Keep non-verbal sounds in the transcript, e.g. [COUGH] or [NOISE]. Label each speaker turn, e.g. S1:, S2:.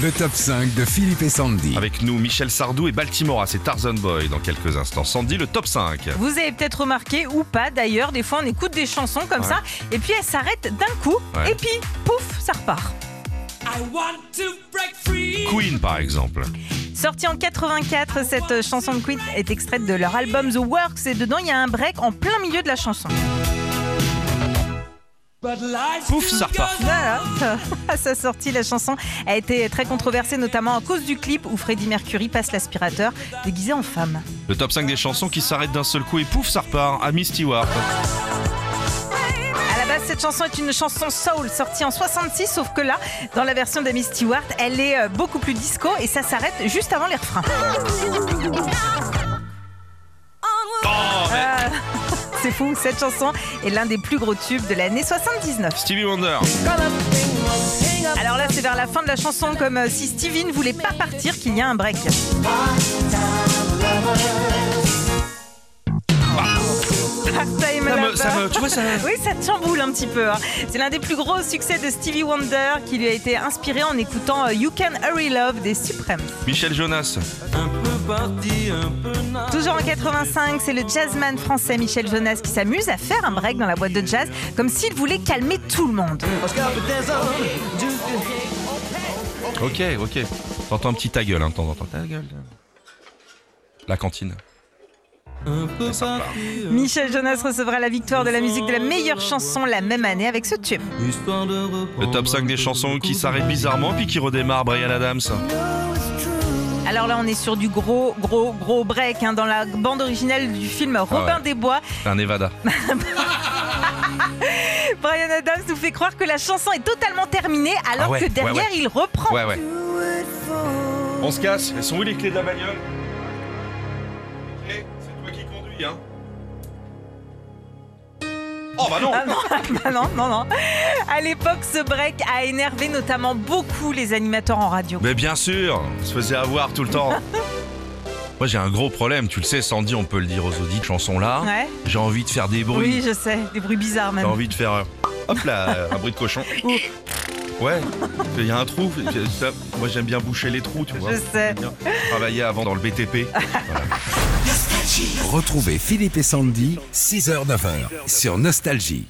S1: Le top 5 de Philippe et Sandy.
S2: Avec nous, Michel Sardou et Baltimora, c'est Tarzan Boy dans quelques instants. Sandy, le top 5.
S3: Vous avez peut-être remarqué, ou pas d'ailleurs, des fois on écoute des chansons comme ça, et puis elles s'arrêtent d'un coup,
S2: Ouais.
S3: et puis pouf, ça repart.
S4: I want to break free.
S2: Queen, par exemple.
S3: Sortie en 84, cette chanson de Queen est extraite de leur album The Works, et dedans il y a un break en plein milieu de la chanson.
S4: But life
S2: Pouf,
S4: still
S2: ça repart.
S4: goes
S3: Voilà, [LAUGHS] à sa sortie, la chanson a été très controversée, notamment à cause du clip où Freddie Mercury passe l'aspirateur déguisé en femme.
S2: Le top 5 des chansons qui s'arrêtent d'un seul coup et pouf, ça repart. Amy Stewart.
S3: À la base, cette chanson est une chanson soul sortie en 66, sauf que là, dans la version d'Amy Stewart, elle est euh, beaucoup plus disco et ça s'arrête juste avant les refrains.
S2: Oh,
S3: Euh, C'est fou, cette chanson est l'un des plus gros tubes de l'année 79.
S2: Stevie Wonder.
S3: Alors là, c'est vers la fin de la chanson, comme euh, si Stevie ne voulait pas partir, qu'il y a un break. Ah, Part-time
S2: Ça me-
S3: lover.
S2: ça me- tu vois, ça-
S3: Oui, ça te chamboule un petit peu. hein. C'est l'un des plus gros succès de Stevie Wonder qui lui a été inspiré en écoutant euh, You Can Hurry Love des Supremes.
S2: Michel Jonas.
S4: Un peu parti, un peu na-
S3: Toujours en 85, c'est le jazzman français Michel Jonas qui s'amuse à faire un break dans la boîte de jazz comme s'il voulait calmer tout le monde.
S2: Ok, ok. T'entends un petit ta gueule, hein, de temps en temps. Ta gueule. La cantine.
S4: Un peu parti,
S3: Michel Jonas recevra la victoire de la musique de la meilleure chanson la même année avec ce tube.
S4: histoire de
S2: Le top 5 des chansons qui s'arrêtent bizarrement puis qui redémarrent Brian Adams.
S3: Alors là, on est sur du gros, gros, gros break hein, dans la bande originale du film Robin
S2: Ah ouais.
S3: des Bois.
S2: Un Nevada.
S3: Brian Adams nous fait croire que la chanson est totalement terminée alors
S2: Ah ouais,
S3: que
S2: ouais,
S3: derrière,
S2: ouais.
S3: il reprend.
S2: Ouais, ouais. On se casse. Elles sont où les clés de la bagnole Ok, c'est toi qui conduis, hein. Oh bah non
S3: Ah non, [LAUGHS] bah non, non, non. À l'époque, ce break a énervé notamment beaucoup les animateurs en radio.
S2: Mais bien sûr, on se faisait avoir tout le
S3: [LAUGHS]
S2: temps. Moi j'ai un gros problème, tu le sais Sandy, on peut le dire aux audits, chanson là.
S3: Ouais.
S2: J'ai envie de faire des
S3: Oui,
S2: bruits.
S3: je sais, des bruits bizarres
S2: J'ai
S3: même.
S2: envie de faire euh, hop là,
S3: [LAUGHS]
S2: euh, un bruit de cochon.
S3: Ouh.
S2: Ouais, il y a un trou. ça, Moi j'aime bien boucher les trous, tu vois.
S3: Je sais.
S2: J'aime bien Travailler avant dans le BTP.
S1: Retrouvez Philippe et Sandy, 6h-9h sur Nostalgie.